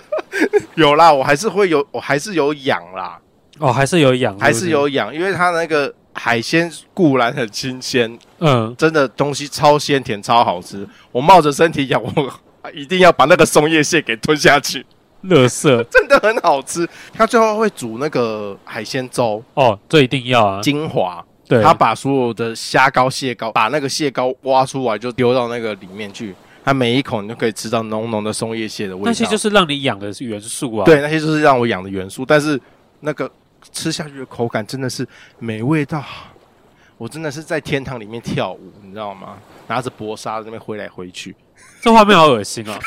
Speaker 2: 有啦，我还是会有，我还是有痒啦，
Speaker 1: 哦，还是有养，
Speaker 2: 还
Speaker 1: 是不
Speaker 2: 是
Speaker 1: 是
Speaker 2: 有痒，因为它那个海鲜固然很新鲜，
Speaker 1: 嗯，
Speaker 2: 真的东西超鲜甜，超好吃。我冒着身体痒，我一定要把那个松叶蟹给吞下去，
Speaker 1: 乐色
Speaker 2: 真的很好吃。它最后会煮那个海鲜粥
Speaker 1: 哦，这一定要啊，
Speaker 2: 精华。
Speaker 1: 对，
Speaker 2: 他把所有的虾膏、蟹膏，把那个蟹膏挖出来，就丢到那个里面去。它每一口你就可以吃到浓浓的松叶蟹的味道。
Speaker 1: 那些就是让你养的元素啊，
Speaker 2: 对，那些就是让我养的元素，但是那个吃下去的口感真的是美味到，我真的是在天堂里面跳舞，你知道吗？拿着薄纱在那边挥来挥去，
Speaker 1: 这画面好恶 心哦。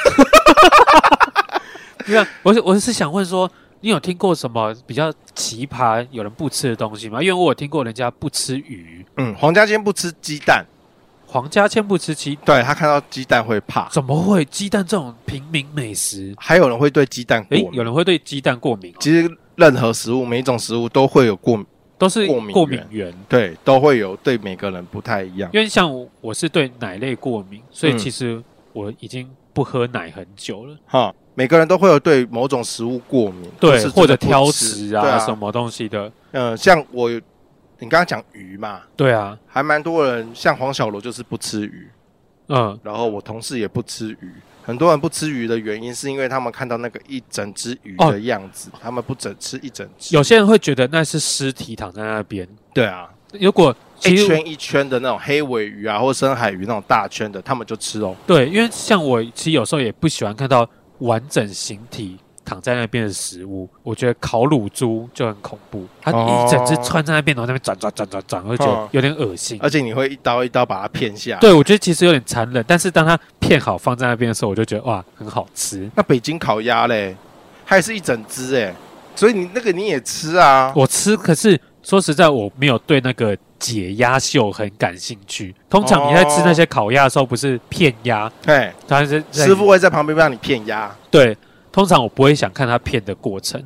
Speaker 1: 对啊，我是我是想问说，你有听过什么比较奇葩有人不吃的东西吗？因为我有听过人家不吃鱼，
Speaker 2: 嗯，黄家千不吃鸡蛋，
Speaker 1: 黄家千不吃鸡，
Speaker 2: 对他看到鸡蛋会怕，
Speaker 1: 怎么会鸡蛋这种平民美食？
Speaker 2: 还有人会对鸡蛋过
Speaker 1: 诶，
Speaker 2: 敏。
Speaker 1: 有人会对鸡蛋过敏、哦，
Speaker 2: 其实任何食物，每一种食物都会有过敏，
Speaker 1: 都是
Speaker 2: 过敏
Speaker 1: 过敏
Speaker 2: 源
Speaker 1: 源。
Speaker 2: 对，都会有，对每个人不太一样。
Speaker 1: 因为像我我是对奶类过敏，所以
Speaker 2: 嗯
Speaker 1: 其实我已经不喝奶很久了。
Speaker 2: 哈，每个人都会有对某种食物过敏，就
Speaker 1: 对，
Speaker 2: 是
Speaker 1: 或者
Speaker 2: 真的不
Speaker 1: 挑
Speaker 2: 吃
Speaker 1: 食
Speaker 2: 对
Speaker 1: 啊，
Speaker 2: 啊
Speaker 1: 什么东西的，
Speaker 2: 嗯，像我有，你刚刚讲鱼嘛，
Speaker 1: 对啊，
Speaker 2: 还蛮多人，像黄小罗就是不吃鱼，
Speaker 1: 嗯，
Speaker 2: 然后我同事也不吃鱼。很多人不吃鱼的原因是因为他们看到那个一整只鱼
Speaker 1: 哦
Speaker 2: 的样子，他们不整吃一整只。
Speaker 1: 有些人会觉得那是尸体躺在那边。
Speaker 2: 对啊，
Speaker 1: 如果其
Speaker 2: 一
Speaker 1: 实
Speaker 2: 圈一圈的那种黑尾鱼啊，或深海鱼那种大圈的，他们就吃哦。
Speaker 1: 对，因为像我其实有时候也不喜欢看到完整形体躺在那边的食物，我觉得烤乳猪就很恐怖，它
Speaker 2: 哦
Speaker 1: 一整只穿在那边，然后在那边转转转转转，我就觉得
Speaker 2: 嗯
Speaker 1: 有点恶心。
Speaker 2: 而且你会一刀一刀把它片下。，
Speaker 1: 对，我觉得其实有点残忍，但是当它片好放在那边的时候，我就觉得哇，很好吃。
Speaker 2: 那北京烤鸭嘞，它也是一整只哎、所以你那个你也吃啊？
Speaker 1: 我吃，可是说实在，我没有对那个解鸭秀很感兴趣。通常你在
Speaker 2: 哦
Speaker 1: 吃那些烤鸭的时候，不是片鸭，
Speaker 2: 哎，
Speaker 1: 它是在
Speaker 2: 师傅会在旁边让你骗鸭，
Speaker 1: 对。通常我不会想看它片的过程，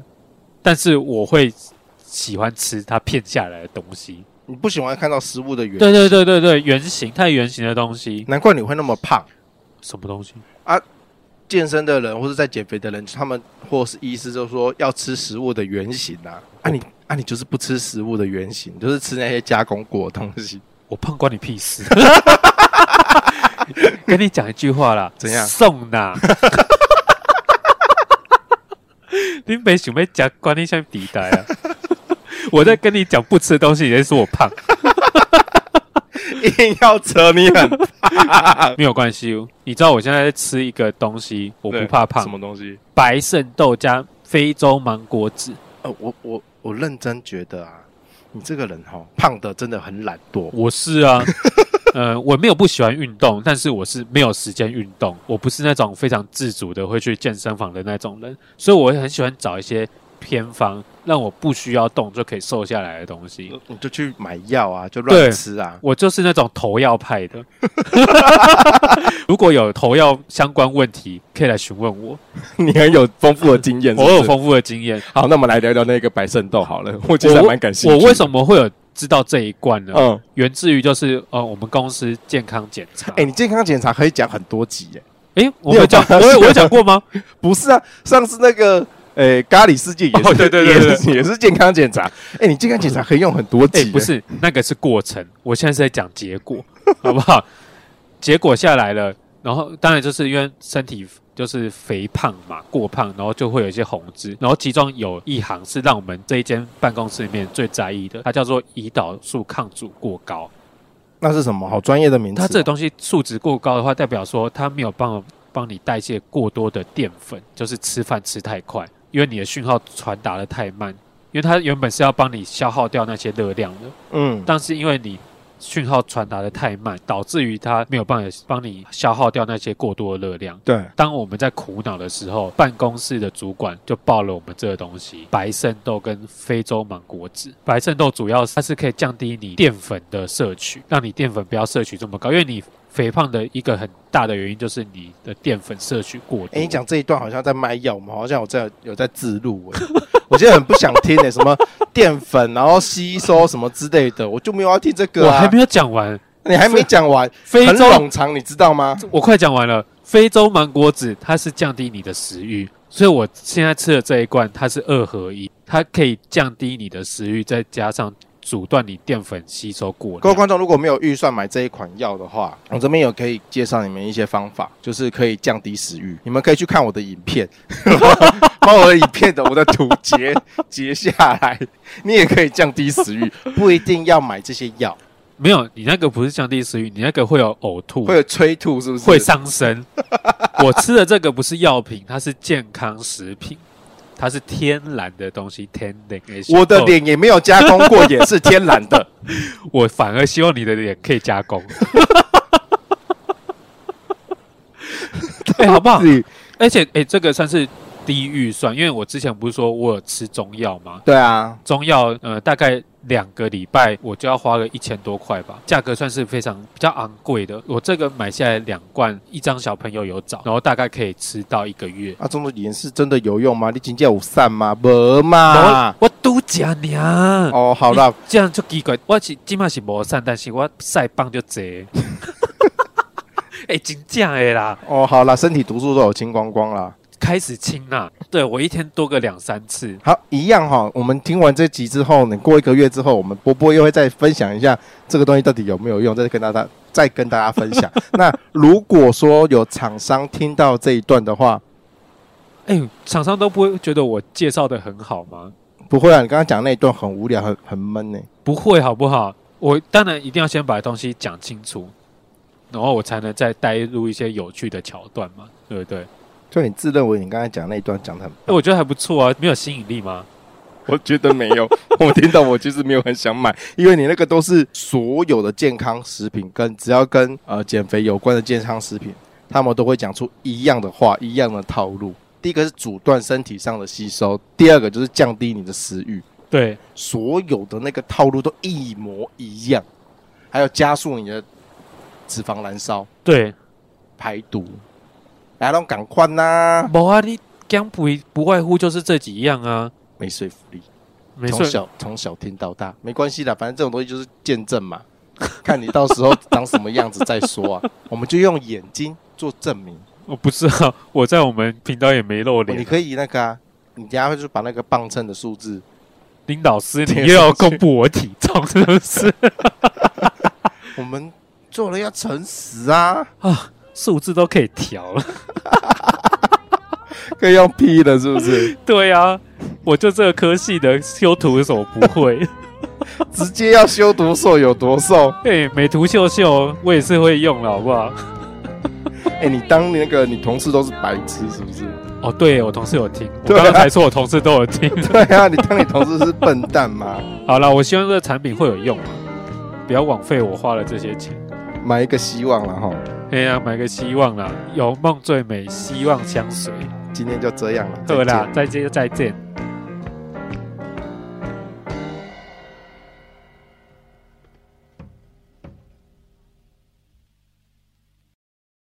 Speaker 1: 但是我会喜欢吃它片下来的东西。
Speaker 2: 你不喜欢看到食物的原
Speaker 1: 对对对对对，圆形太圆形的东西，
Speaker 2: 难怪你会那么胖。
Speaker 1: 什么东西？
Speaker 2: 健身的人或是在减肥的人，他们或是医师就说要吃食物的原型啊。啊你啊你就是不吃食物的原型，就是吃那些加工过的东西。
Speaker 1: 我胖关你屁事。跟你讲一句话啦，
Speaker 2: 怎样
Speaker 1: 送啦。你没想要讲关你什么地带 啊？我在跟你讲不吃的东西，你在说我胖，
Speaker 2: 硬要扯 你很胖，
Speaker 1: 没有关系哦。你知道我现在在吃一个东西，我不怕
Speaker 2: 什
Speaker 1: 胖，
Speaker 2: 么东西？
Speaker 1: 白肾豆加非洲芒果籽，
Speaker 2: 呃，我我我认真觉得啊，你这个人哈、胖的真的很懒惰。
Speaker 1: 我是啊。 呃，我没有不喜欢运动，但是我是没有时间运动。我不是那种非常自主的会去健身房的那种人，所以我很喜欢找一些偏方，让我不需要动就可以瘦下来的东西。
Speaker 2: 你就去买药啊，就乱
Speaker 1: 对
Speaker 2: 吃啊。
Speaker 1: 我就是那种投药 派的。 如果有投药相关问题，可以来询问我，
Speaker 4: 你很有丰富的经验，是不
Speaker 1: 我
Speaker 4: 是
Speaker 1: 有丰富的经验。
Speaker 4: 好，那我们来聊聊那个白圣豆好了，我其实还蛮感兴
Speaker 1: 我
Speaker 4: 趣的。
Speaker 1: 为什么会有知道这一罐呢？
Speaker 4: 嗯，
Speaker 1: 源自于就是呃，我们公司健康检查。
Speaker 4: 哎、你健康检查可以讲很多集耶。
Speaker 1: 诶、我
Speaker 4: 你有
Speaker 1: 有讲，
Speaker 4: 发
Speaker 1: 我
Speaker 4: 现
Speaker 1: 有我有讲 过吗？
Speaker 4: 不是啊，上次那个呃、咖喱世界也是，
Speaker 1: 哦对对对对
Speaker 4: 也是也是健康检查。哎、你健康检查可以用很多集
Speaker 1: 哎、
Speaker 4: 耶、
Speaker 1: 不是，那个是过程，我现在是在讲结果， 好不好？结果下来了，然后当然就是因为身体就是肥胖嘛，过胖，然后就会有一些红痣，然后其中有一行是让我们这一间办公室里面最在意的，它叫做胰岛素抗阻过高。
Speaker 2: 那是什么？好专业的名词哦。
Speaker 1: 它这个东西数值过高的话，代表说它没有帮帮你代谢过多的淀粉，就是吃饭吃太快，因为你的讯号传达的太慢，因为它原本是要帮你消耗掉那些热量的。
Speaker 2: 嗯，
Speaker 1: 但是因为你讯号传达的太慢，导致于它没有办法帮你消耗掉那些过多的热量。
Speaker 2: 对，
Speaker 1: 当我们在苦恼的时候，办公室的主管就报了我们这个东西——白肾豆跟非洲芒果籽。白肾豆主要它是可以降低你淀粉的摄取，让你淀粉不要摄取这么高，因为你肥胖的一个很大的原因就是你的淀粉摄取过多。
Speaker 2: 哎、你讲这一段好像在卖药，我们好像有在有在自录哎、 我现在很不想听哎、什么淀粉，然后吸收什么之类的，我就没有要听这个、
Speaker 1: 我
Speaker 2: 啊。
Speaker 1: 还没有讲完，
Speaker 2: 你还没讲完，
Speaker 1: 非
Speaker 2: 很
Speaker 1: 洲
Speaker 2: 冗长，你知道吗？
Speaker 1: 我快讲完了。非洲芒果籽它是降低你的食欲，所以我现在吃的这一罐它是二合一，它可以降低你的食欲，再加上阻断你淀粉吸收过
Speaker 2: 各位
Speaker 1: 量。
Speaker 2: 观众如果没有预算买这一款药的话，我这边有可以介绍你们一些方法，就是可以降低食欲。你们可以去看我的影片， 把我的影片的我的图截截下来，你也可以降低食欲，不一定要买这些药，
Speaker 1: 没有，你那个不是降低食欲，你那个会有呕吐，
Speaker 2: 会有催吐是不是？
Speaker 1: 会上 身。我吃的这个不是药品，它是健康食品，它是天然的东西，天然。
Speaker 2: 我的，脸也没有加工过，也是天然的。
Speaker 1: 哦我反而希望你的脸可以加工。哎、好 不好？
Speaker 4: 是
Speaker 1: 而且，哎、这个算是低预算，因为我之前不是说我有吃中药吗？
Speaker 2: 对啊，
Speaker 1: 中药，呃，大概两个礼拜我就要花个一千多块吧，价格算是非常比较昂贵的。我这个买下来两罐，一张小朋友有找，然后大概可以吃到一个月。
Speaker 2: 啊，中的盐是真的有用吗？你请假有散吗？没
Speaker 1: 然
Speaker 2: 嘛
Speaker 1: 后。我都讲娘，
Speaker 2: 啊哦，好了，
Speaker 1: 这样就奇怪。我是今嘛是无散，但是我晒棒就多。哎、真正的啦，
Speaker 2: 哦，好了，身体毒素都有清光光啦。
Speaker 1: 开始清啦。对我一天多个两三次，
Speaker 2: 好，一样哈。我们听完这集之后，你过一个月之后，我们波波又会再分享一下这个东西到底有没有用，再跟大家再跟大家分享。那如果说有厂商听到这一段的话，
Speaker 1: 哎、厂商都不会觉得我介绍的很好吗？
Speaker 2: 不会啊，你刚刚讲那一段很无聊，很很闷呢、
Speaker 1: 不会，好不好？我当然一定要先把东西讲清楚，然后我才能再带入一些有趣的桥段嘛，对不对？
Speaker 2: 就你自认为你刚才讲那一段讲的很
Speaker 1: 哎，我觉得还不错啊，没有吸引力吗？
Speaker 4: 我觉得没有，
Speaker 2: 我听到我其实没有很想买，因为你那个都是所有的健康食品跟只要跟呃减肥有关的健康食品，他们都会讲出一样的话，一样的套路。第一个是阻断身体上的吸收，第二个就是降低你的食欲，
Speaker 1: 对，
Speaker 2: 所有的那个套路都一模一样，还有加速你的脂肪燃烧、
Speaker 1: 对，
Speaker 2: 排毒，来让赶快啦，
Speaker 1: 某啊，你姜不不外乎就是这几样啊，
Speaker 2: 没说服力。
Speaker 1: 没
Speaker 2: 从
Speaker 1: 事，
Speaker 2: 小从小听到大，没关系的，反正这种东西就是见证嘛，看你到时候长什么样子再说啊。我们就用眼睛做证明。哦
Speaker 1: 我不知道，我在我们频道也没露
Speaker 2: 你
Speaker 1: 脸。
Speaker 2: 可以那个啊，你等一下会就把那个磅秤的数字，
Speaker 1: 林老师，
Speaker 2: 贴
Speaker 1: 你又要
Speaker 2: 上去
Speaker 1: 公布我体重是不是？
Speaker 2: 我们做人要诚实啊，
Speaker 1: 数字都可以调了。
Speaker 4: 可以用 P 的，是不是？
Speaker 1: 对啊，我就这个科系的修图有什么不会？
Speaker 2: 直接要修多瘦有多瘦。
Speaker 1: 哎、美图秀秀我也是会用了，好不好？
Speaker 2: 哎、你当那个你同事都是白痴是不是？
Speaker 1: 哦，对，我同事有听，我
Speaker 2: 对啊
Speaker 1: 刚刚才说我同事都有听。
Speaker 2: 对啊，你当你同事是笨蛋吗？
Speaker 1: 好了，我希望这个产品会有用，啊不要枉费我花了这些钱。
Speaker 2: 买一个希望了哈，
Speaker 1: 哎呀，买个希望啦，有梦最美希望香水。
Speaker 2: 今天就这样了。再
Speaker 1: 对
Speaker 2: 见
Speaker 1: 啦，再见再见。